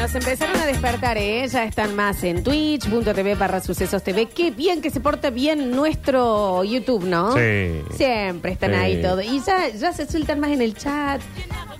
nos empezaron a despertar, ¿eh? Ya están más en twitch.tv barra sucesos TV. Qué bien que se porta bien nuestro YouTube, ¿no? Sí. Siempre están Sí. ahí todo. Y ya, ya se sueltan más en el chat.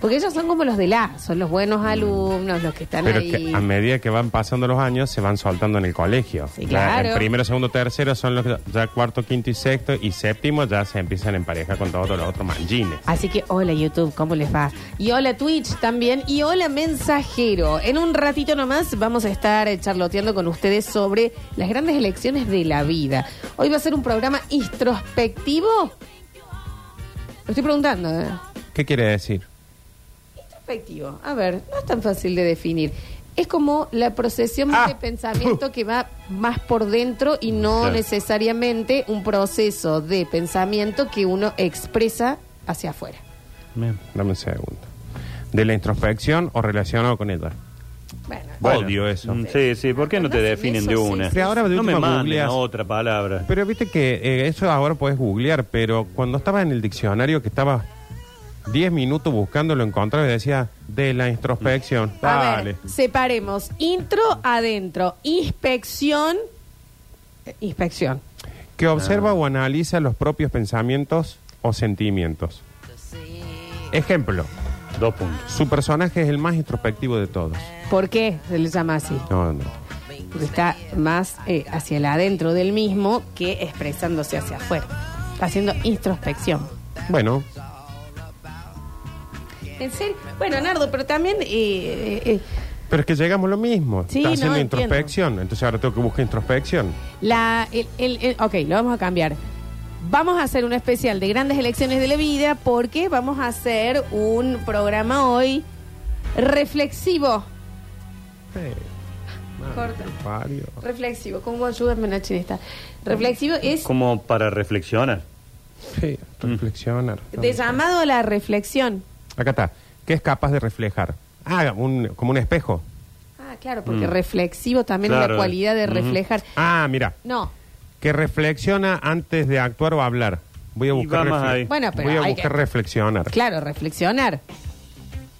Porque ellos son como los de la, son los buenos alumnos, los que están Pero ahí. es que a medida que van pasando los años, se van soltando en el colegio. Sí, Ya claro. en primero, segundo, tercero son los que ya cuarto, quinto y sexto. Y séptimo ya se empiezan en pareja con todos los otros manjines. Así que hola YouTube, ¿cómo les va? Y hola Twitch también. Y hola mensajero. En un ratito nomás vamos a estar eh, charloteando con ustedes sobre las grandes elecciones de la vida. Hoy va a ser un programa introspectivo. Lo estoy preguntando, ¿eh? ¿Qué quiere decir? Introspectivo. A ver, no es tan fácil de definir. Es como la procesión Ah, de pensamiento que va más por dentro y no Claro. necesariamente un proceso de pensamiento que uno expresa hacia afuera. Dame un segundo. ¿De la introspección o relacionado con ella? Bueno, Bueno. Odio eso. Mm, Sí, sí, ¿por qué no te Hacen definen eso, de sí, una? sí, Pero ahora de no me última manden googleas. a otra palabra. Pero viste que eh, eso ahora puedes googlear, pero cuando estaba en el diccionario que estaba 10 minutos buscando, lo encontraba y decía de la introspección. A Dale. ver, separemos. Intro adentro. Inspección. eh, Inspección. Que Ah. observa o analiza los propios pensamientos o sentimientos. Ejemplo, Dos puntos. su personaje es el más introspectivo de todos. ¿Por qué se le llama así? No, no. Porque está más eh, hacia el adentro del mismo que expresándose hacia afuera. Haciendo introspección. Bueno, ¿En serio? Bueno, Nardo, pero también. eh, eh, eh, pero es que llegamos a lo mismo. Sí, Está no, haciendo entiendo. introspección, entonces ahora tengo que buscar introspección. La, el, el- el- ok, lo vamos a cambiar. Vamos a hacer un especial de grandes elecciones de la vida porque vamos a hacer un programa hoy reflexivo. Corta. Mario. Reflexivo, ¿cómo ayúdame Nachi en esta? Reflexivo es Como para reflexionar. Sí, reflexionar. de llamado a la reflexión. Acá está. ¿Qué es capaz de reflejar? Ah, un- como un espejo. Ah, claro, porque reflexivo también es la Mm. Claro. eh. cualidad de Ujú. reflejar. Ah, mira. No, Que reflexiona antes de actuar o hablar. Voy a Y buscar, va más refle- ahí. Bueno, pero Voy a hay buscar que- reflexionar. claro, reflexionar.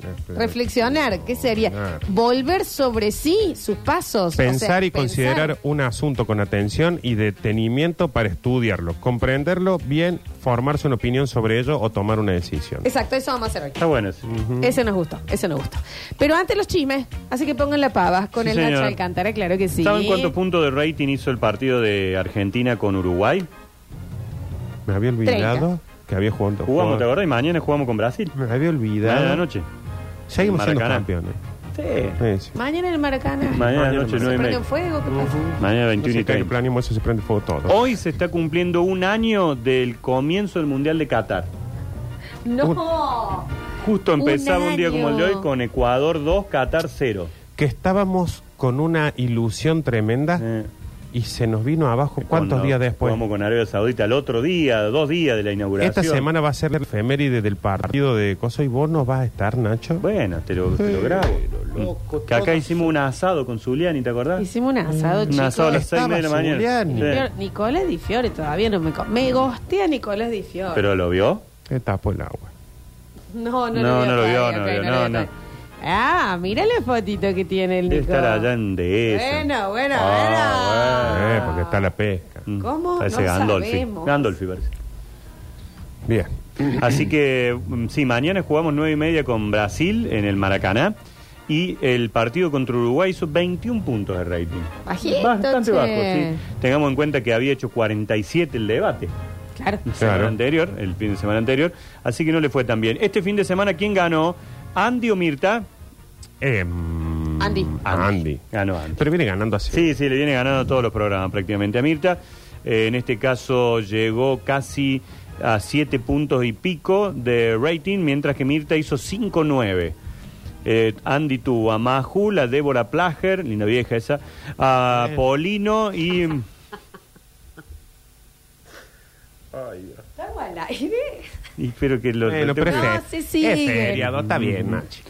Refle- Este, Reflexionar, ¿qué sería? Reflexionar. Volver sobre sí sus pasos. o sea, Pensar y considerar pensar. un asunto con atención y detenimiento para estudiarlo, comprenderlo bien, formarse una opinión sobre ello o tomar una decisión. Exacto, eso vamos a hacer hoy. Está bueno. sí. Ese nos gustó, ese nos gustó. Pero antes los chismes, así que pongan la pava con Sí, el señora. Nacho Alcántara, claro que sí. ¿Saben cuántos puntos de rating hizo el partido de Argentina con Uruguay? Me había olvidado que había jugado. Jugamos, ¿te acordás? Y mañana jugamos con Brasil. Me había olvidado. Mañana de la noche. Seguimos siendo Maracaná. campeones. Sí. Sí, sí. Mañana en el Maracaná. Mañana de Mañana la noche, no. ¿Se 9 y prende media. un fuego? ¿Qué pasa? Mañana No 21 sé y Oh. qué 30. planeamos eso, se prende fuego todo. Hoy se está cumpliendo un año del comienzo del Mundial de Qatar. No. Justo Un empezaba un, día como el de hoy año. con Ecuador 2, Qatar 0. que estábamos con una ilusión tremenda Eh. y se nos vino abajo cuántos Cuando días después. Jugamos con Arabia Saudita el otro día, dos días de la inauguración. Esta semana va a ser la efeméride del partido de Coso y vos no vas a estar, Nacho. Bueno, te lo, te lo grabo. que acá hicimos un asado con Zuliani, ¿te acordás? Hicimos un asado, Un chicos. asado a las Estaba seis y media de la mañana. Zuliani. Sí. Fior- Nicolás Di Fiore todavía no me... co- Me gostea Nicolás Di Fiore. ¿Pero lo vio? Te tapo el agua. no, no, No, no lo vio, todavía, no ok, vio, no, todavía. Ah, mira la fotito que tiene el Debe Nicolás. estar allá en DS. Bueno, bueno, Ah, bueno. Eh, porque está la pesca. bueno. Mm. ¿Cómo? Parece No Gandolfi. sabemos. Gandolfi parece. Bien. Así que, mm, sí, mañana jugamos nueve y media con Brasil en el Maracaná. Y el partido contra Uruguay hizo 21 puntos de rating. Bajito, Bastante che. bajo, sí. Tengamos en cuenta que había hecho 47 el debate. Claro. La semana Claro. anterior, el fin de semana anterior. Así que no le fue tan bien. Este fin de semana, ¿quién ganó? ¿Andy o Mirta? Eh, mm, Andy. Andy. Ganó Andy. Pero viene ganando así. Sí, sí, le viene ganando todos los programas prácticamente a Mirta. Eh, en este caso llegó casi a 7 puntos y pico de rating, mientras que Mirta hizo 5-9. Eh, Andy tuvo a Maju, la Débora Plager, linda vieja esa, a Polino y... ¿Estamos al aire? y espero que lo, Mm. Eh, lo tengo que- prefe- No, se sigue. Es feriado, está bien, Nachi.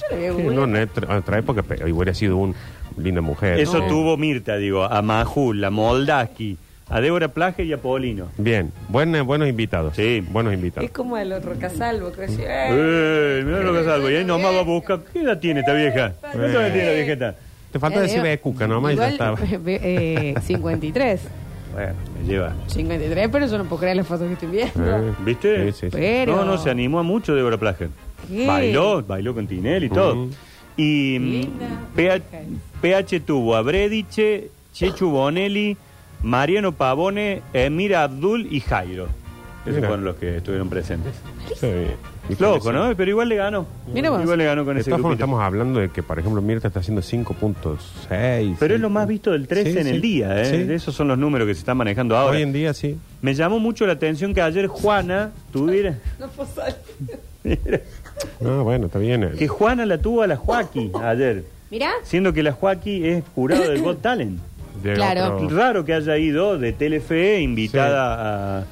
Yo le veo Sí, bueno. no, en otra otra época, pero hubiera sido un linda mujer. Eso ¿no? tuvo Mirta, digo, a Maju, la Moldaski, a Débora Plaje y a Paulino. Bien, Buen- eh, buenos invitados. Sí. Buenos invitados. Es como el otro Casalvo que decía, eh, ¡Eh! Mirá lo que salgo. Y ahí nomás va a buscar. ¿Qué edad tiene esta vieja? ¿Cuánto edad tiene la viejeta? Te falta decir eh, Becuca nomás y ya igual, estaba. eh, 53. Bueno, me lleva. 53, pero yo no puedo creer las fotos que estoy viendo. Eh, ¿Viste? Sí, sí, sí. Pero- No, no, se animó a mucho Débora Plager. ¿Qué? Bailó, bailó con Tinelli y todo. Ujú. Y Linda. mm, PH, PH tuvo a Brediche, Chechu Bonelli, Mariano Pavone, Emir Abdul y Jairo. Esos Mira. fueron los que estuvieron presentes. Sí. Loco, ¿no? Pero igual le ganó. Mira vos. Igual le ganó con De ese todas formas, grupito. estamos hablando de que, por ejemplo, Mirta está haciendo 5.6. Pero es lo más visto del 13 Sí, en el sí. día, ¿eh? Sí. De Esos son los números que se están manejando ahora. Hoy en día, sí. Me llamó mucho la atención que ayer Juana tuviera... No puedo salir. No, Ah, bueno, está bien. Que Juana la tuvo a la Joaquí ayer. Mirá, Siendo que la Joaquí es jurado del Got Talent. De Claro. otro- Raro que haya ido de Telefe invitada a, a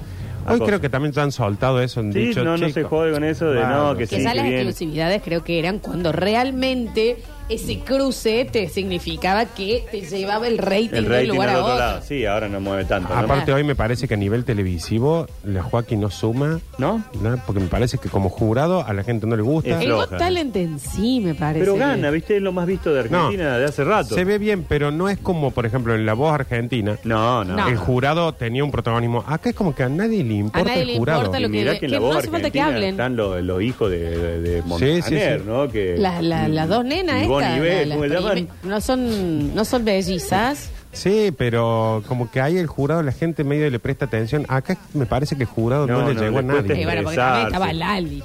Hoy cosas. creo que también ya han soltado eso. Han Sí, dicho, no, no chicos, se jode con eso de Claro. no, que que sí, ya que las bien. exclusividades creo que eran cuando realmente ese cruce te significaba que te llevaba el rating, El de un rating lugar al a otro otro. lado. Sí, ahora no mueve tanto. ¿no? Aparte, hoy me parece que a nivel televisivo, la Joaquín no suma. ¿No? ¿no? Porque me parece que como jurado a la gente no le gusta. El floja. Got Talent en sí me parece. Pero gana, ¿viste? Es lo más visto de Argentina de hace rato. Se ve bien, pero no es como, por ejemplo, en La Voz Argentina. No, no. No. El jurado tenía un protagonismo. Acá es como que a nadie le importa nadie el le jurado. importa lo Y mirá que- que en que la no voz hace falta que argentina hablen. están los, los hijos de, de, Sí, sí, de sí. Montaner, ¿no? Que, Las la- las dos nenas Ivonne estas, y la- Beth, las ¿cómo se llaman? prime- no son no son bellizas. Sí, pero como que ahí el jurado, la gente medio le presta atención. Acá me parece que el jurado no, No, le no, llegó a le cuesta nadie. Eh, bueno, porque también Besarse. estaba Lali.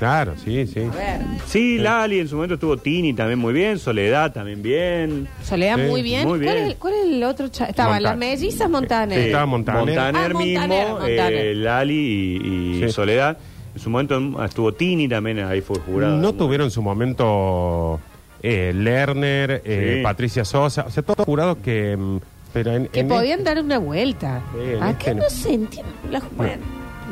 Claro, sí, sí. A ver, Sí, Lali en su momento estuvo Tini también muy bien, Soledad también bien. Soledad Sí, muy bien. muy bien. ¿Cuál, es, el- cuál es el otro? cha- Estaban las Montaner. mellizas Montaner. Sí, estaba Montaner. Ah, mismo, Montaner, Montaner. eh, Lali y, y Sí. Soledad. En su momento mm, estuvo Tini también, ahí fue jurado. No tuvieron su momento eh, Lerner, eh, Sí. Patricia Sosa, o sea, todos jurados que... mm, Pero en, Que en podían dar una vuelta. Sí, en ¿A este qué no. no se entiende? La- bueno.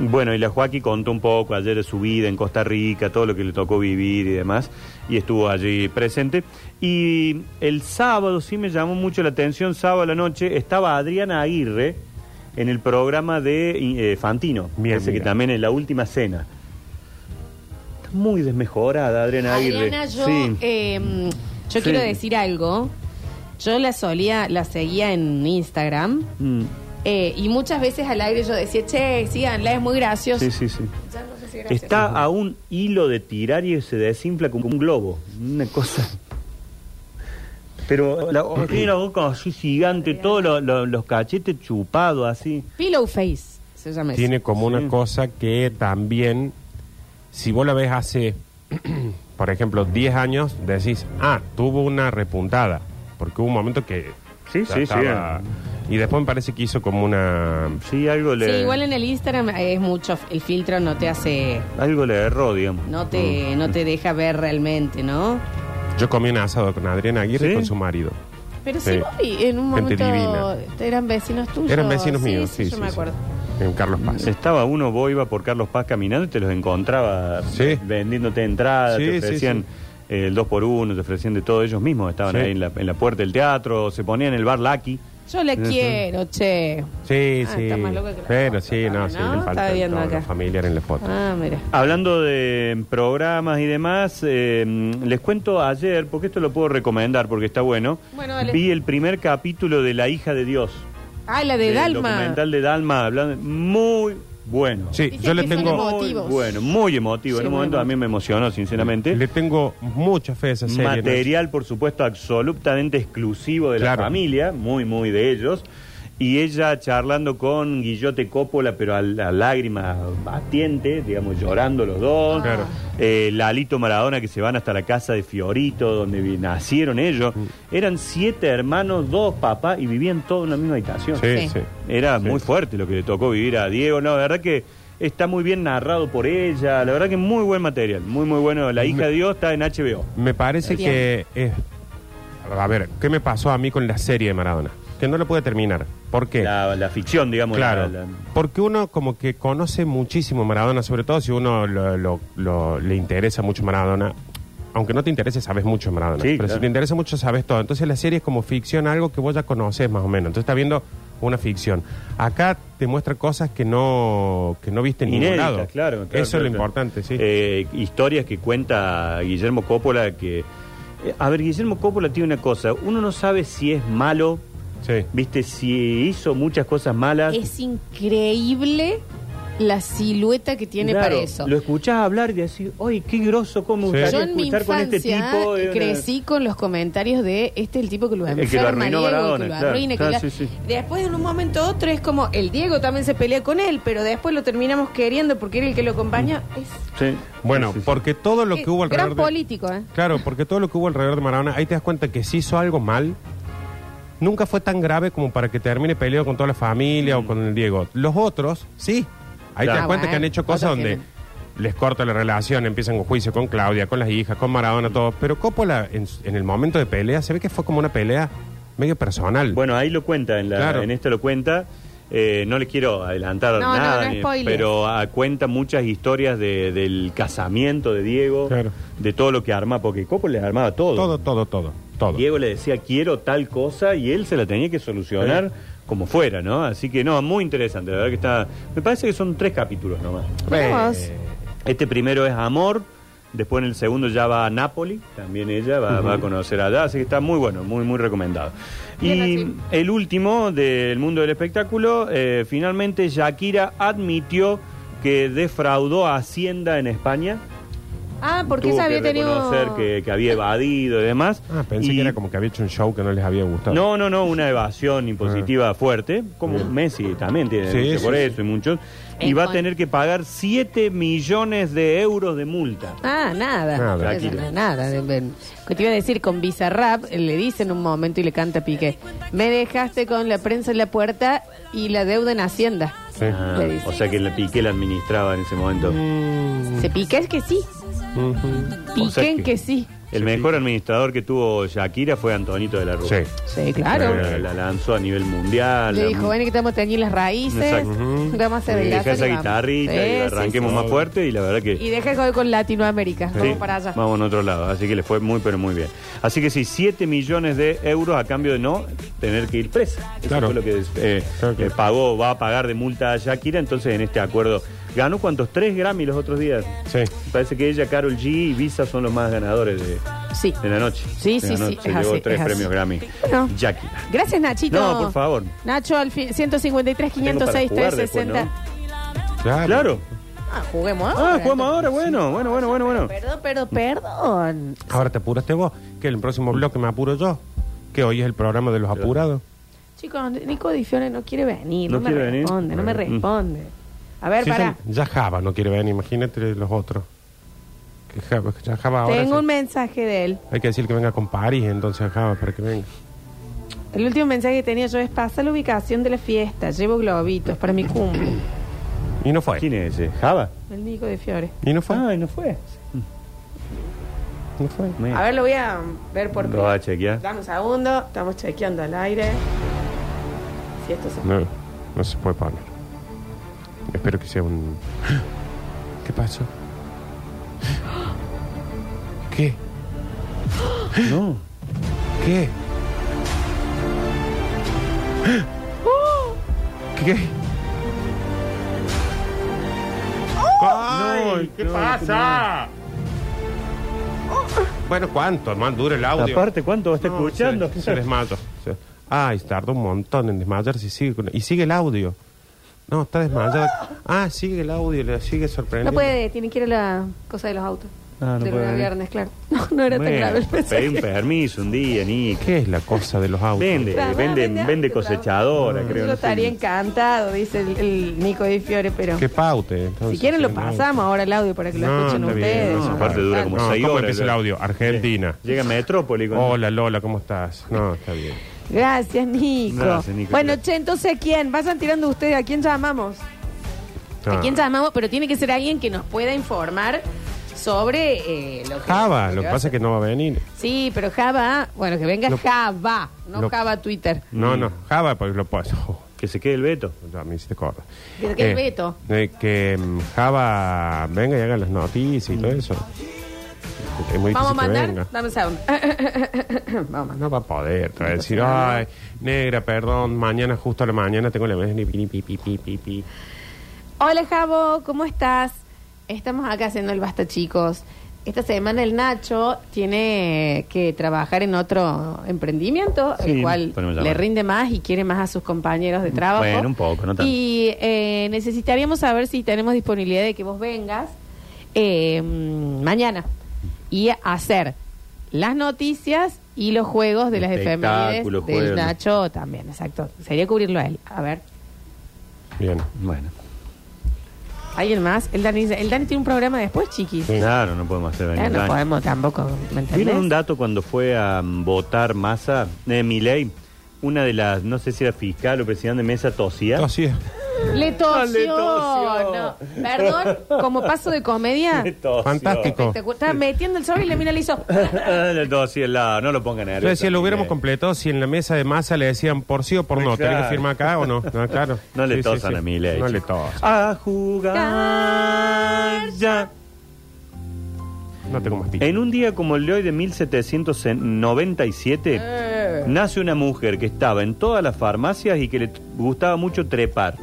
Bueno, y la Joaquín contó un poco ayer de su vida en Costa Rica, todo lo que le tocó vivir y demás, y estuvo allí presente. Y el sábado sí me llamó mucho la atención, sábado a la noche, estaba Adriana Aguirre en el programa de eh, Fantino, Bien, Parece que mira. también en la última cena. Está muy desmejorada Adriana Aguirre. Adriana, yo, Sí. eh, yo Sí. quiero decir algo. Yo la solía, la seguía en Instagram. Mm, eh, y muchas veces al aire yo decía, che, síganla, es muy graciosa. sí, sí, sí. Ya no sé si es graciosa. Está a un hilo de tirar y se desinfla como un globo. Una cosa. Pero la, tiene la boca así gigante, ¿eh? todos los, los- los cachetes chupados así. Pillow Face se llama eso. este Tiene como una cosa que también, si vos la ves hace, por ejemplo, 10 años, decís, ah, tuvo una repuntada, porque hubo un momento que... Sí, ya sí, eh. sí. estaba- Y después me parece que hizo como una... Sí, algo Sí, le, igual en el Instagram es mucho, el filtro no te hace, algo le erró, digamos. no te, Mm. no te deja ver realmente, ¿no? Yo comí un asado con Adriana Aguirre ¿Sí? y con su marido. Pero Sí. sí, vos vi- en un Gente momento eran vecinos tuyos. Eran vecinos Sí, míos, sí, yo sí, me sí. acuerdo. En Carlos Paz. Estaba uno, vos ibas por Carlos Paz caminando y te los encontraba Sí. vendiéndote entradas, Sí, te sí, ofrecían sí. eh, el 2x1, te ofrecían de todo. Ellos mismos estaban Sí. ahí en la, en la puerta del teatro, se ponían en el bar Lucky. Yo la quiero, che. Sí, Ah, sí. está más loca que la Pero foto, sí, no, claro, sí, ¿no? le Está falta viendo todo lo acá. familiar en la foto. Ah, mira. Hablando de programas y demás, eh, les cuento ayer, porque esto lo puedo recomendar porque está bueno, Bueno, dale. vi el primer capítulo de La hija de Dios, Ah, la de el Dalma. documental de Dalma, hablando, muy bueno. Sí, Dicen yo le que son tengo, emotivos. Muy bueno, muy emotivo. Sí, en un muy momento emotivo. a mí me emocionó, sinceramente. le tengo mucha fe a esa serie. ¿no? Material, por supuesto, absolutamente exclusivo de Claro. la familia, muy, muy de ellos. Y ella charlando con Guillote Coppola, pero a la lágrima batiente, digamos, llorando los dos. Claro. Eh, Lalito Maradona, que se van hasta la casa de Fiorito, donde vi- nacieron ellos. Eran siete hermanos, dos papás, y vivían todos en la misma habitación. Sí, Sí. sí. Era Sí. muy fuerte lo que le tocó vivir a Diego. No, la verdad que está muy bien narrado por ella. La verdad que muy buen material. Muy, muy bueno. La hija de Dios está en HBO. Me parece Bien. que es. A ver, ¿qué me pasó a mí con la serie de Maradona? Que no la pude terminar. ¿Por qué? La, la ficción, digamos. Claro, la- la- porque uno como que conoce muchísimo Maradona, sobre todo si uno lo, lo- lo- le interesa mucho Maradona. Aunque no te interese, sabes mucho de Maradona. Sí, pero claro. si te interesa mucho, sabes todo. Entonces la serie es como ficción, algo que vos ya conoces más o menos. Entonces estás viendo una ficción. Acá te muestra cosas que no, que no viste en ningún Inéditas, lado. claro, claro, Eso es claro, lo claro. importante, sí. Eh, historias que cuenta Guillermo Coppola que... eh, a ver, Guillermo Coppola tiene una cosa. Uno no sabe si es malo, sí. viste, si hizo muchas cosas malas. Es increíble la silueta que tiene Claro, para eso. Lo escuchás hablar y decís, oye, qué groso, cómo Sí. gustaría Yo en mi escuchar con este infancia tipo. eh, una- crecí con los comentarios de este es el tipo que lo El que lo enferma, arruinó Diego, Maradona, que lo claro. arruina, que Ah, la- sí, sí. Después en un momento u otro es como el Diego también se pelea con él, pero después lo terminamos queriendo porque era el que lo acompaña. Es Sí. Bueno, Sí, sí, sí. porque todo lo Eh, que hubo alrededor gran de- político, ¿eh? Claro, porque todo lo que hubo alrededor de Maradona, ahí te das cuenta que si hizo algo mal, nunca fue tan grave como para que termine peleado con toda la familia o con el Diego. Los otros, sí. Ahí Mm. Claro. te Ah, das cuenta que bueno, han hecho cosas otros donde tienen. les corta la relación, empiezan un juicio con Claudia, con las hijas, con Maradona, todo. Pero Coppola, en, en el momento de pelea, se ve que fue como una pelea medio personal. Bueno, ahí lo cuenta, en, la, Claro. en esta lo cuenta. Eh, no le quiero adelantar No, no, nada, no ni- spoilers. pero ah, cuenta muchas historias de- del casamiento de Diego, Claro. de todo lo que arma, porque Copo le armaba todo. todo, todo, todo, todo. Diego le decía, quiero tal cosa, y él se la tenía que solucionar como fuera, ¿no? Así que no, muy interesante, la verdad que está... Me parece que son tres capítulos nomás. Mirá Eh, vos. Este primero es Amor, después en el segundo ya va a Nápoli, también ella va, va a conocer allá, así que está muy bueno, muy, muy recomendado. Bien, y Nachi. el último del mundo del espectáculo, eh, finalmente Shakira admitió que defraudó a Hacienda en España. Ah, porque Tuvo ella había que tenido. Eh. reconocer que, que había evadido y demás. ah, pensé Y- que era como que había hecho un show que no les había gustado. no, no, no, una evasión impositiva fuerte, como Messi también tiene Ah. Sí, denuncia sí, por sí. eso y muchos, y En va a con- tener que pagar 7 millones de euros de multa. Ah, nada. Nada. Eso no es Tranquila. nada. de- de- Que te iba a decir con Bizarrap, eh, le dice en un momento y le canta Piqué: Me dejaste con la prensa en la puerta y la deuda en Hacienda. Sí. Ah, Le dice. o sea que la Piqué la administraba en ese momento. Se piqué es que sí. Ujú. Piquen Mm. O sea que... que- sí. El mejor administrador que tuvo Shakira fue Antonito de la Rúa. Sí. Sí, Sí. claro. La, la lanzó a nivel mundial. Le la- dijo, ven que estamos teñiendo las raíces, Exacto. Ujú. vamos a hacer el Dejá lazo esa y vamos". guitarrita Sí, y sí, arranquemos sí. más fuerte y la verdad que... Y deja de joder con Latinoamérica, Sí, vamos para allá. Vamos a otro lado, así que le fue muy, pero muy bien. Así que sí, 7 millones de euros a cambio de no tener que ir presa. Eso Claro. fue lo que eh, Claro, claro. eh, pagó, va a pagar de multa a Shakira, entonces en este acuerdo ganó cuántos, tres Grammy los otros días. Sí. Me Parece que ella, Carol G y Visa son los más ganadores de, Sí. de la noche. Sí, De sí, la sí, noche. Se es llevó así, tres es así. premios Grammy. Bueno. Shakira. Gracias, Nachito. No, por favor. Nacho, al fin, 153, Tengo para 506, jugar 360. después, ¿no? Claro. Ah, juguemos ahora. Ah, jugamos ahora, bueno, bueno, bueno, bueno, bueno. Perdón, pero perdón. Ahora te apuraste vos, que en el próximo bloque me apuro yo, que hoy es el programa de los apurados. Chicos, Nico Di Fiore no quiere venir, no, No me quiere venir. responde, no me Mm. responde. A ver, Sí, pará. son- ya Java no quiere venir, imagínate los otros. Que Java, ya Java ahora Tengo se- un mensaje de él. Hay que decir que venga con París, entonces a Java, para que venga. El último mensaje que tenía yo es pasa la ubicación de la fiesta, llevo globitos para mi cumple. Y no fue. ¿Quién Ah. es ese? ¿Java? El Nico de Fiore. Y no fue. Ay, no fue. No fue. A ver, lo voy a ver por Lo va a chequear. Dame un segundo, estamos chequeando al aire. Si esto se... No, no se puede poner. Espero que sea un. ¿Qué pasó? ¿Qué? No. ¿Qué? ¿Qué? ¡Ay! ¿Qué no, pasa? Bueno, ¿cuánto? Más dura el audio. Aparte, ¿cuánto está No, escuchando? Se, se desmayó. Se- Ay, tarda un montón en desmayarse y sigue, con- y sigue el audio. No, está desmayado. Ah, sigue el audio, le sigue sorprendiendo. No puede, tiene que ir a la cosa de los autos. Ah, no de puede lunes a venir. viernes, claro. No, no era tan Bueno, grave el pedí un mensaje. permiso un día, ni. ¿Qué es la cosa de los autos? Vende, Claro, vende, vende vende auto, cosechadora, Yo creo. no sé. estaría encantado, dice el, el Nico de Fiore, pero... Que paute. entonces, Si quieren lo sí, no. pasamos ahora el audio para que lo No, escuchen está bien, ustedes. no, aparte dura como No, seis ¿cómo horas, empieza el Lola? audio? Argentina. Llega Metrópoli con. Hola Lola, ¿cómo estás? No, está bien. Gracias, Nico. Gracias, Nico. Bueno, che, entonces, ¿a quién? Vayan tirando ustedes, ¿a quién llamamos? ¿A Ah. quién llamamos? Pero tiene que ser alguien que nos pueda informar sobre eh, lo que... Java, lo que pasa es que no va a venir. Sí, pero Java, bueno, que venga Lo- Java, no lo- Java Twitter. No, no, Java, pues lo paso. Que se quede el veto. ya me hiciste Eh, corta. Pero que el veto. que mm, Java venga y haga las noticias y todo eso. Es muy Mm. Vamos a mandar. difícil que venga. Dame un segundo. Vamos a mandar. No va a poder. Va a decir, ay, negra, perdón, mañana justo a la mañana tengo la mañana. y pi, pi, pi, pi, pi, pi. Hola Javo, ¿cómo estás? Estamos acá haciendo el basta, chicos. Esta semana el Nacho tiene que trabajar en otro emprendimiento, el Sí, cual podemos llamar. Mm, le rinde más y quiere más a sus compañeros de trabajo. Bueno, un poco, no tanto. Y eh, necesitaríamos saber si tenemos disponibilidad de que vos vengas eh, mañana y hacer las noticias y los juegos de las efemérides Espectáculos, del juegos. Nacho también, exacto. Sería cubrirlo a él. A ver. Bien. Bueno. ¿Alguien más? El Dani, dice- el Dani tiene un programa después, chiquis. Claro, no podemos hacer Eh, venir no daño. podemos tampoco, ¿me entendés? ¿Vieron un dato cuando fue a mm, votar Massa, eh, Milei? Una de las, no sé si era fiscal o presidente de mesa, tosía. Así es. Le tosió. Ah, le tosió. No. Perdón, como paso de comedia. Le tosió. Fantástico. te cu- Estaba metiendo el sobre y le mira le hizo. le tosía el lado, no lo pongan nervioso. Yo decía, lo hubiéramos Milei. completado si en la mesa de masa le decían por sí o por no. ¿Tenés que Claro. firmar acá o no? No, claro. No le Sí, sí, tosan sí. a Milei. No le chicos. tosan. A jugar ya. No tengo más pico. En un día como el de hoy de 1797, Eh. nace una mujer que estaba en todas las farmacias y que le t- gustaba mucho trepar.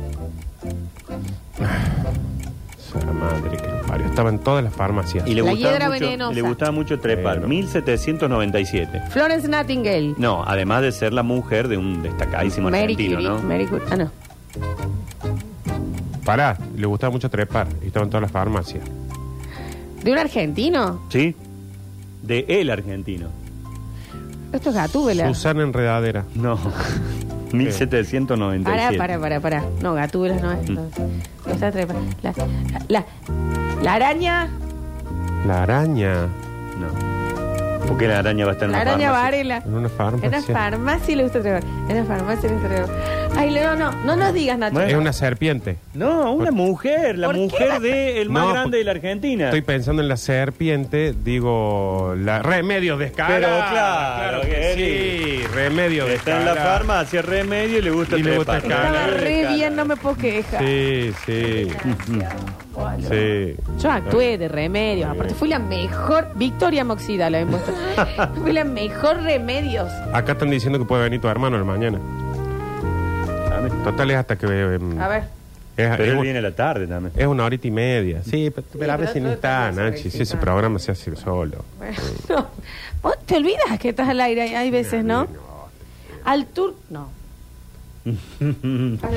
La madre que lo parió. Estaba en todas las farmacias. Y le, La hiedra gustaba, mucho, venenosa. le gustaba mucho trepar. Bueno. 1797. Florence Nightingale. No, además de ser la mujer de un destacadísimo Mary argentino, Curie. ¿no? Mary Curie. Ah, no. Pará, le gustaba mucho trepar. Y estaba en todas las farmacias. ¿De un argentino? Sí. De el argentino. Esto es Gatúbela. Susana Enredadera. No. Pará, 1797. pará, pará, pará. No, Gatúbela no Mm. es. No, no está trepa. La, la, la araña. La araña. No. Porque la araña va a estar en La una araña farmacia. Varela. En una En la farmacia. farmacia le gusta trepar. En la farmacia le gusta trepar. Ay, no, no, no nos digas, Nacho. Bueno. Es una serpiente. No, una mujer, la ¿Por qué mujer de el más No, grande por- de la Argentina. Estoy pensando en la serpiente, digo, la remedio descarado. Pero claro, que sí, remedio Está en la descarado. farmacia remedio y le gusta Y le gusta trepar. Estaba Claro, re bien, no me puedo quejar. Sí, sí, sí. Yo actué de remedio. Aparte, fui la mejor. Victoria Moxida la he puesto. fui la mejor remedios. Acá están diciendo que puede venir tu hermano el mañana. A ver, Total es hasta que... eh, A ver. Es, Ah, Pero es él un- viene a la tarde también. es una horita y media. Sí, pero, pero a pero veces todo no está, también se Nachi. Si necesita. ese programa se hace solo. Bueno, no. Vos te olvidas que estás al aire. Hay veces, ¿no? Al tour. No.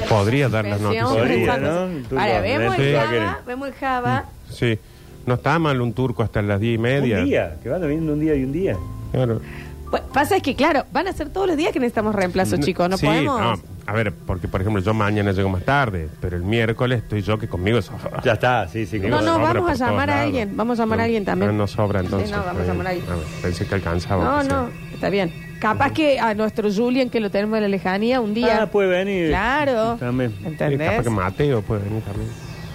Podría dar las noticias. Podría, Pensándose. ¿no? Vale, Tú vemos no, el tú Java. querés. Vemos el Java. Sí. No está mal un turco hasta las diez y Un media. día, que van viendo un día y un día. Claro. Pues, Pasa es que, claro, van a ser todos los días que necesitamos reemplazo, chicos. Mm, No Sí, podemos. a ver, porque por ejemplo yo mañana llego más tarde, pero el miércoles estoy yo que conmigo sobra. Ya está, sí, sí. que No, no, bueno. Sobra vamos por a todos llamar a lados. alguien, vamos a llamar a No, alguien también. No, no sobra entonces. Sí, no, vamos a Está bien. llamar a alguien. ver, pensé que alcanzaba. pues, No, sí. no, está bien. Capaz que a nuestro Julian, que lo tenemos en la lejanía, un día. Ah, puede venir. Claro. También. Eh, capaz ¿Entendés? que Mateo puede venir también.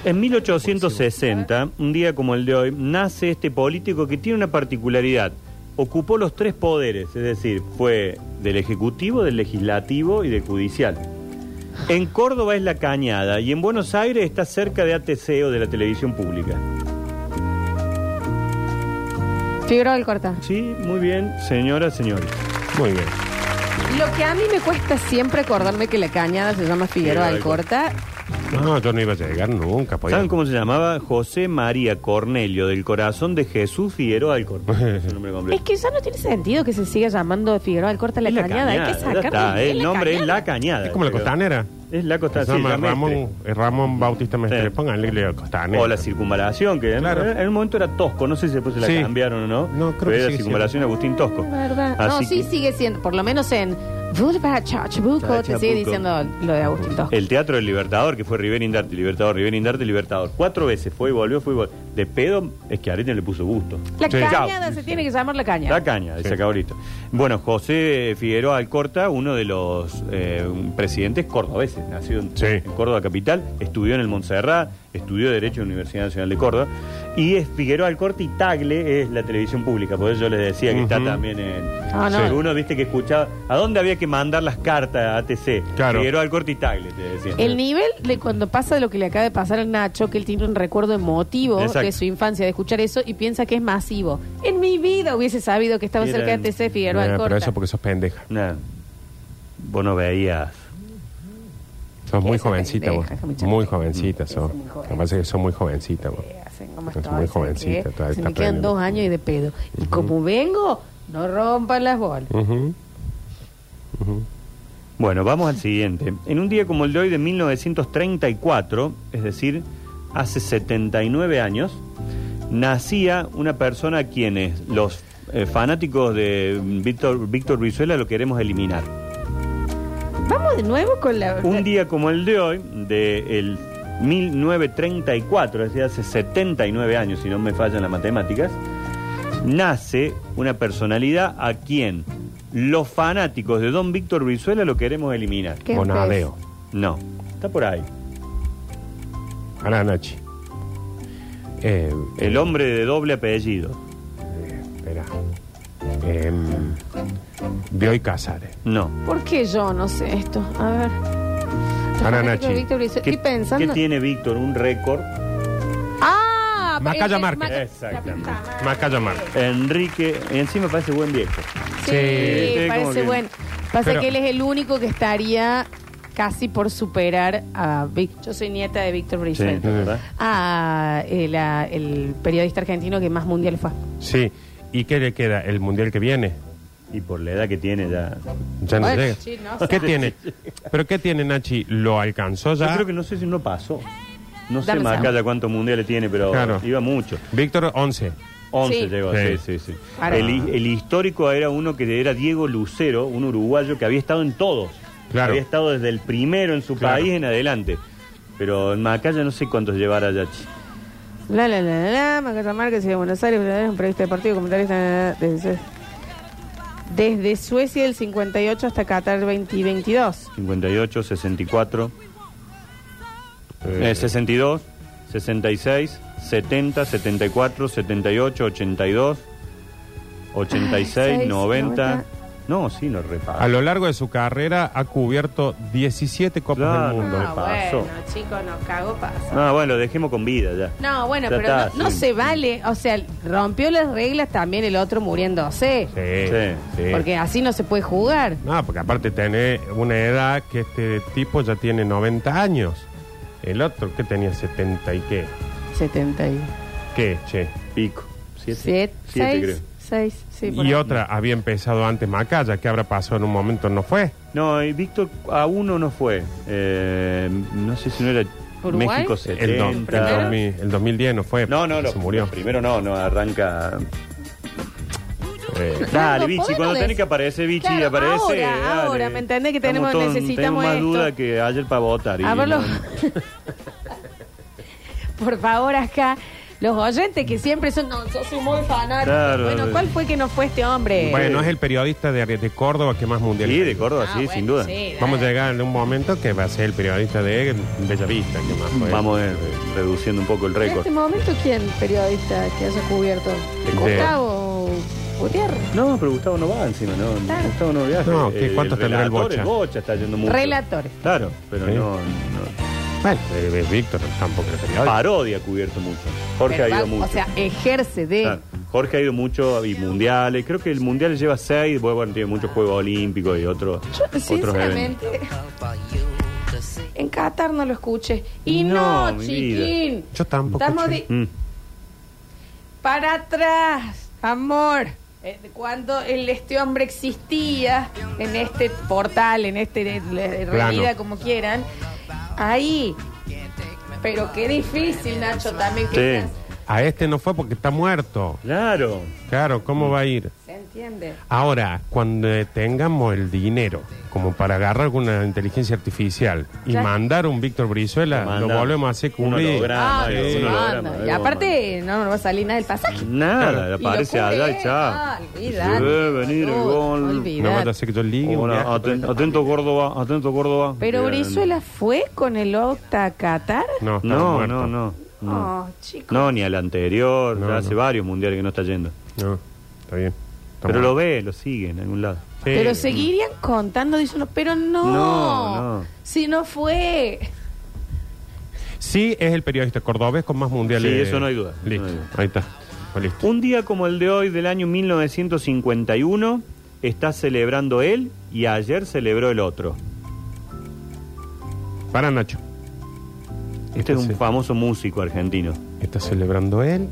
En 1860, un día como el de hoy, nace este político que tiene una particularidad. Ocupó los tres poderes, es decir, fue del Ejecutivo, del Legislativo y del Judicial. En Córdoba es la Cañada y en Buenos Aires está cerca de ATC o de la televisión pública. Figueroa del Corta. Sí, muy bien, señoras, señores. Muy bien. Lo que a mí me cuesta siempre acordarme que la cañada se llama Figueroa Figueroa del del Corta. No, yo no iba a llegar nunca. pues, Podía. ¿Saben cómo se llamaba? José María Cornelio, del corazón de Jesús Figueroa del Corte. Es el nombre completo. Es que ya no tiene sentido que se siga llamando Figueroa del Corta la, Es cañada. Hay que ya sacarle está, bien El la nombre es cañada. la cañada. Es como la creo. costanera. Es la Se costanera. Ah, sí, llama la Ramón, mestre. eh, Ramón Bautista Mestre. Sí. Pónganle la costanera. O la circunvalación, que Claro. en un momento era Tosco, no sé si después se la Sí. cambiaron o no. No, creo pero que era sigue circunvalación Agustín Tosco. Ah, verdad. Así no, sí que sigue siendo, por lo menos en Boulevard Chachabuco te sigue Chachabuco. diciendo lo de Agustín Tosco. El Teatro del Libertador, que fue Rivera Indarte, Libertador, Rivera Indarte, Libertador. Cuatro veces fue y volvió, fue y volvió. De pedo, es que Arete le puso gusto. La Sí. cañada se tiene que llamar la cañada. La caña, dice Sí. acá ahorita. Bueno, José Figueroa Alcorta, uno de los eh, presidentes cordobeses, nacido en, Sí. en Córdoba capital, estudió en el Montserrat, estudió Derecho en la Universidad Nacional de Córdoba, Y es Figueroa al corte y Tagle es la televisión pública, por eso yo les decía que está Ujú. también en. Ah, no. Sí. Uno viste que escuchaba. ¿A dónde había que mandar las cartas a ATC? Claro. Figueroa al corte y Tagle, te decía. El nivel de cuando pasa lo que le acaba de pasar a Nacho, que él tiene un recuerdo emotivo Exacto. de su infancia, de escuchar eso y piensa que es masivo. En mi vida hubiese sabido que estaba Miren. cerca de TC Figueroa Eh, pero Alcorta. eso porque sos pendeja. Nah. Vos no veías. Sos muy Esa jovencita vos. pendeja, mucha Muy pendeja. jovencita Sí, sos. soy muy joven. Lo que pasa es que sos muy jovencita vos. Eh, hacen como Es estoy, muy ¿sabes jovencita, qué? todavía Se está me quedan aprendiendo. dos años y de pedo. Y como vengo, no rompan las bolas. Ujú. Ujú. Bueno, vamos al siguiente. En un día como el de hoy de 1934, es decir, hace 79 años, nacía una persona a quienes los eh, fanáticos de Víctor, Víctor Brizuela lo queremos eliminar. Vamos de nuevo con la... Un día como el de hoy, de el 1934, es decir, hace 79 años, si no me fallan las matemáticas, nace una personalidad a quien los fanáticos de Don Víctor Brizuela lo queremos eliminar. ¿Qué Bonadeo. empezó? No, está por ahí. Ahora, Nachi. Eh, El hombre de doble apellido. eh, espera. Em, Bioy Casares. No. ¿Por qué yo no sé esto? A ver. Ana Fanático Nachi. de Víctor Brizuela. Estoy pensando... qué tiene Víctor? Un récord. Ah, Macaya el- el- Márquez. Maca- Exactamente. La puta madre. Macaya Mar. Enrique, encima parece buen viejo. Sí, Sí, como parece que- bueno. Pasa Pero- que él es el único que estaría casi por superar a Víctor. Yo soy nieta de Víctor Sí, Brizuela. ¿verdad? Ah, el, ah, el periodista argentino que más mundial fue. Sí. ¿Y qué le queda? ¿El mundial que viene? Y por la edad que tiene ya. Ya no Bueno, llega. sí, no ¿Qué sé. tiene? ¿Pero qué tiene, Nachi? ¿Lo alcanzó Yo ya? creo que no sé si no pasó. No sé Dame un Macaya cuántos mundiales tiene, pero Claro. iba mucho. Víctor, 11. 11 Sí. llegó, sí, Sí. sí, sí. Claro. El, hi- el histórico era uno que era Diego Lucero, un uruguayo que había estado en todos. Claro. Había estado desde el primero en su Claro. país en adelante. Pero en Macaya no sé cuántos llevará ya. chi. La la la la, la Macaya Márquez, Ciudad de Buenos Aires, verdadero, un periodista deportivo, comentarista. na, na, na, Desde, desde Suecia del 58 hasta Qatar 2022. 58, 64. Eh, Eh, 62, 66, 70, 74, 78, 82, 86, seis, 90. noventa. No, sí, no A reparo. lo largo de su carrera ha cubierto 17 Copas Claro. del Mundo. Ah, pasó. bueno, chicos, no cago pasa. Ah, bueno, lo dejemos con vida ya. No, bueno, Ya pero está, no, no sí. se vale. O sea, rompió las reglas también el otro muriéndose. Sí, Sí. sí. Porque así no se puede jugar. No, porque aparte tiene una edad que este tipo ya tiene 90 años. El otro que tenía 70 y qué. 77. ¿Qué, che? Pico. Siete. Siete, creo. 6, sí. por y ahí. otra había empezado antes Macaya, que habrá pasado en un momento, no fue. No, y Víctor a uno no fue. Eh, no sé si no era ¿Uruguay? México El, do- el 70. 2000 el 2010 no fue. no, no, no. Se murió. Primero no, no, arranca. Eh, Dale, Nardo, Bichi, ¿podés no cuando tenés decir? que aparece Bichi, Claro, aparece. ahora, dale. ahora, ¿me entendés que Estamos tenemos- todos- Tengo necesitamos más esto? duda que ayer para votar. y A ver, no- los- Por favor, acá. Los oyentes que siempre son, no, yo soy muy fanático. Claro. Bueno, ¿cuál fue que no fue este hombre? bueno, es el periodista de, de Córdoba que más mundial. Sí, de Córdoba, Ah, sí, bueno, sin duda. sí, Vamos a dale. llegar en un momento que va a ser el periodista de Bellavista, que más fue. Vamos eh, reduciendo un poco el En récord. este momento, ¿quién periodista que haya cubierto? Este. Gustavo Gutiérrez. No, pero Gustavo no va encima, ¿no? Claro. Gustavo no viaja. No, ¿qué- cuántos tendrá el relator, Bocha? El Bocha está yendo mucho. Relatores. Claro, pero Sí. no, no- Bueno, eh, eh, Víctor tampoco era periodista. Parodia ha cubierto mucho. Jorge Pero ha va- ido mucho. Ah, O sea, ejerce de. Claro. Jorge ha ido mucho y mundiales. Creo que el mundial lleva seis. Bueno, bueno, tiene muchos Juegos Olímpicos y otros. Yo, otros eventos. sinceramente, en Qatar no lo escuché. Y no, No, mi chiquín. Yo tampoco, Estamos de- che. Mm. para atrás, amor. Eh, Cuando el, este hombre existía en este portal, en este de- de- realidad, como quieran, ahí. Pero qué difícil, Nacho, también que Sí. estás- A este no fue porque está muerto. Claro. Claro, ¿cómo va a ir? se entiende. Ahora, cuando eh, tengamos el dinero como para agarrar una inteligencia artificial y Ya. mandar un Víctor Brizuela, lo Manda volvemos a hacer un cubrir. holograma, Ah, eh, no se un holograma, manda. algo Y aparte, no, no va a salir nada del pasaje. Nada, Claro. aparece Y lo cubre allá él. y chao. Ah, olvidate, Debe venir el boludo, gol. olvidate. No vaya a hacer que yo ligue. un Bueno, viaje. pues, aten- atento Córdoba, atento Córdoba. Pero Bien. Brizuela fue con el Octa a Qatar. No, estaba No, muerto. no, no. Oh, chicos. No, ni al anterior, No, ya hace no. varios mundiales que no está yendo. No, está bien. Pero lo ve, lo sigue en algún lado. Pero seguirían contando, dicen, no, pero no. No, no. Si no fue. Sí, es el periodista cordobés con más mundiales. Sí, eso no hay duda. Listo, No hay duda. ahí está. Pues listo. Un día como el de hoy del año 1951 está celebrando él y ayer celebró el otro. Para Nacho. Este es un Sí. famoso músico argentino. Está celebrando él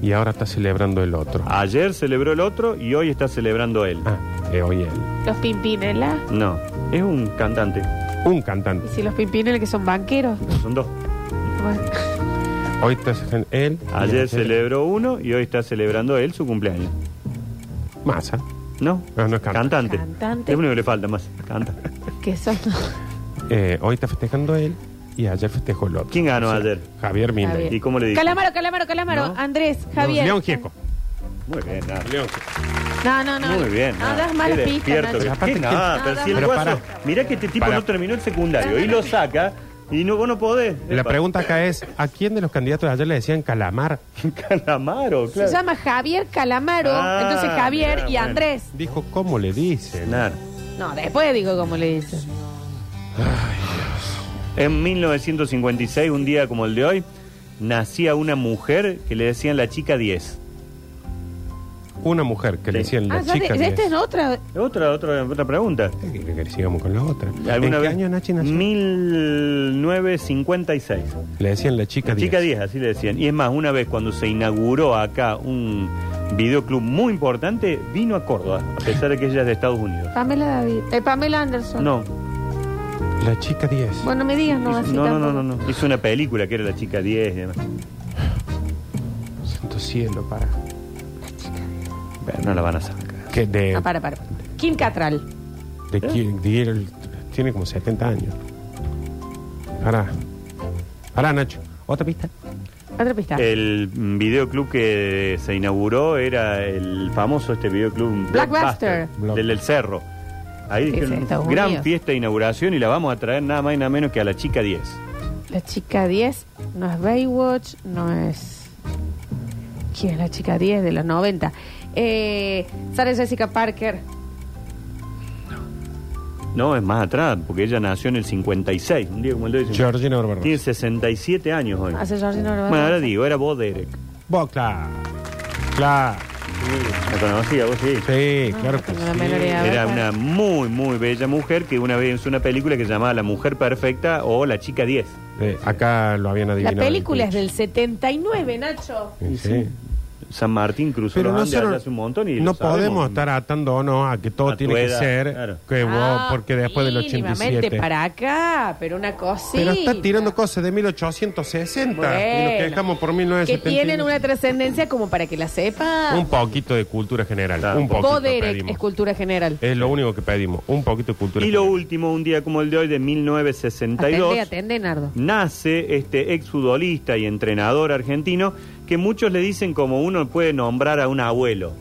y ahora está celebrando el otro. Ah, Ayer celebró el otro y hoy está celebrando él. eh, oye, él. Los Pimpinela. No, es un cantante. Un Y cantante. si los Pimpinela que son banqueros. No, son dos. Bueno, Hoy está celebrando él. y Ayer celebró uno y hoy está celebrando él su cumpleaños. Masa. No, No, no es cantante. cantante. Cantante. Es lo único que le falta más. Canta. que son. Eh, hoy está festejando él y ayer festejó el otro. ¿Quién ganó ayer? Javier Mina. Javier. ¿Y cómo le dice? Calamaro, Calamaro, Calamaro. No. Andrés, Javier. León Gieco. Muy bien, nada. León Gieco. No, no, no. Muy bien. No, nada. das malas Qué pistas. despierto Nacho. que- Aparte ¿Qué que- nada? No, pero das si el Pero guaso- para. Mirá que este tipo Para. no terminó el secundario y lo saca y no, vos no podés. La Epa. pregunta acá es, ¿a quién de los candidatos de ayer le decían calamar? Calamaro, Se claro. llama Javier Calamaro. Ah, entonces Javier mira, y bueno. Andrés. Dijo, ¿cómo le dicen? Nada. No, después digo cómo le dicen. En 1956, un día como el de hoy, nacía una mujer que le decían la chica 10. Una mujer que le Sí. decían Ah, la ya chica. te- que esta es- es otra. Otra, otra, otra pregunta. Eh, que- que sigamos con la otra. ¿En ¿Alguna qué vez? año Nachi nació? 1956. Le decían la chica La 10. chica 10, así le decían. Y es más, una vez cuando se inauguró acá un videoclub muy importante, vino a Córdoba, a pesar de que ella es de Estados Unidos. Pamela David. Eh, Pamela Anderson. No, La chica 10. Bueno, me digas, no, hizo- así no, no, no, tampoco. no, no. Hizo una película que era La Chica 10 y demás. Santo cielo, para. Pero no la van a sacar. Que de, Ah, para, para. para. Kim Catral. de qui- de- el- tiene como 70 años. Para. Para, Nacho. ¿Otra pista? Otra pista. El mm, videoclub que se inauguró era el famoso este videoclub Blockbuster. del, del Cerro. Ahí Sí, sí, dijeron, Estados gran Unidos. fiesta de inauguración y la vamos a traer nada más y nada menos que a la chica 10. La chica 10 no es Baywatch, no es. ¿Quién es la chica 10 de los 90? Eh, Sara Jessica Parker. No, es más atrás, porque ella nació en el 56, un día como el de hoy. Georgina Barbarossa. Tiene 67 años hoy. Hace Georgina Orozco. Bueno, ahora digo, era vos, Derek. Vos, claro. Claro. La conocía, vos sí. Sí, No, claro Ah, no que tengo la menor sí. idea. Era una muy, muy bella mujer que una vez hizo una película que se llamaba La Mujer Perfecta o La Chica 10. Eh, acá lo habían La adivinado. película es del 79, Nacho. Sí, sí. San Martín cruzó Pero los no, Andes solo- allá hace un montón y no lo sabemos. podemos estar atando o no a que todo A tu tiene que edad, ser claro. que vos, Ah, porque después del mínimamente 87. para acá, pero una cosita. Pero está tirando cosas de 1860 y nos Bueno, quejamos por Que 1970. tienen una trascendencia como para que la sepan. Un poquito de cultura general. Claro. Un poquito Poderek pedimos. es cultura general. Es lo único que pedimos. Un poquito de cultura Y lo general. último, un día como el de hoy de Atende, 1962, atende, Nardo. nace este exfutbolista y entrenador argentino que muchos le dicen como uno puede nombrar a un abuelo.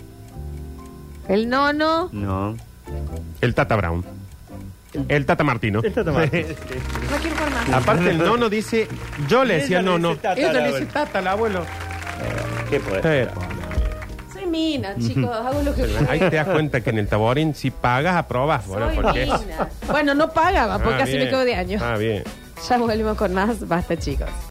El nono. No. El Tata Brown. El Tata Martino. El Tata Martino. No quiero jugar más. Aparte el nono dice, yo le Ella decía le nono. dice tata Ella al le dice abuelo. tata al abuelo. ¿Qué podés? Pero, Soy mina, chicos. Hago lo que ahí puedo. te das cuenta que en el taborín si pagas, aprobas. Bueno, Soy porque mina. Bueno, no pagaba Ah, porque así me bien. quedo de año. Ah, bien. Ya volvemos con más. Basta, chicos.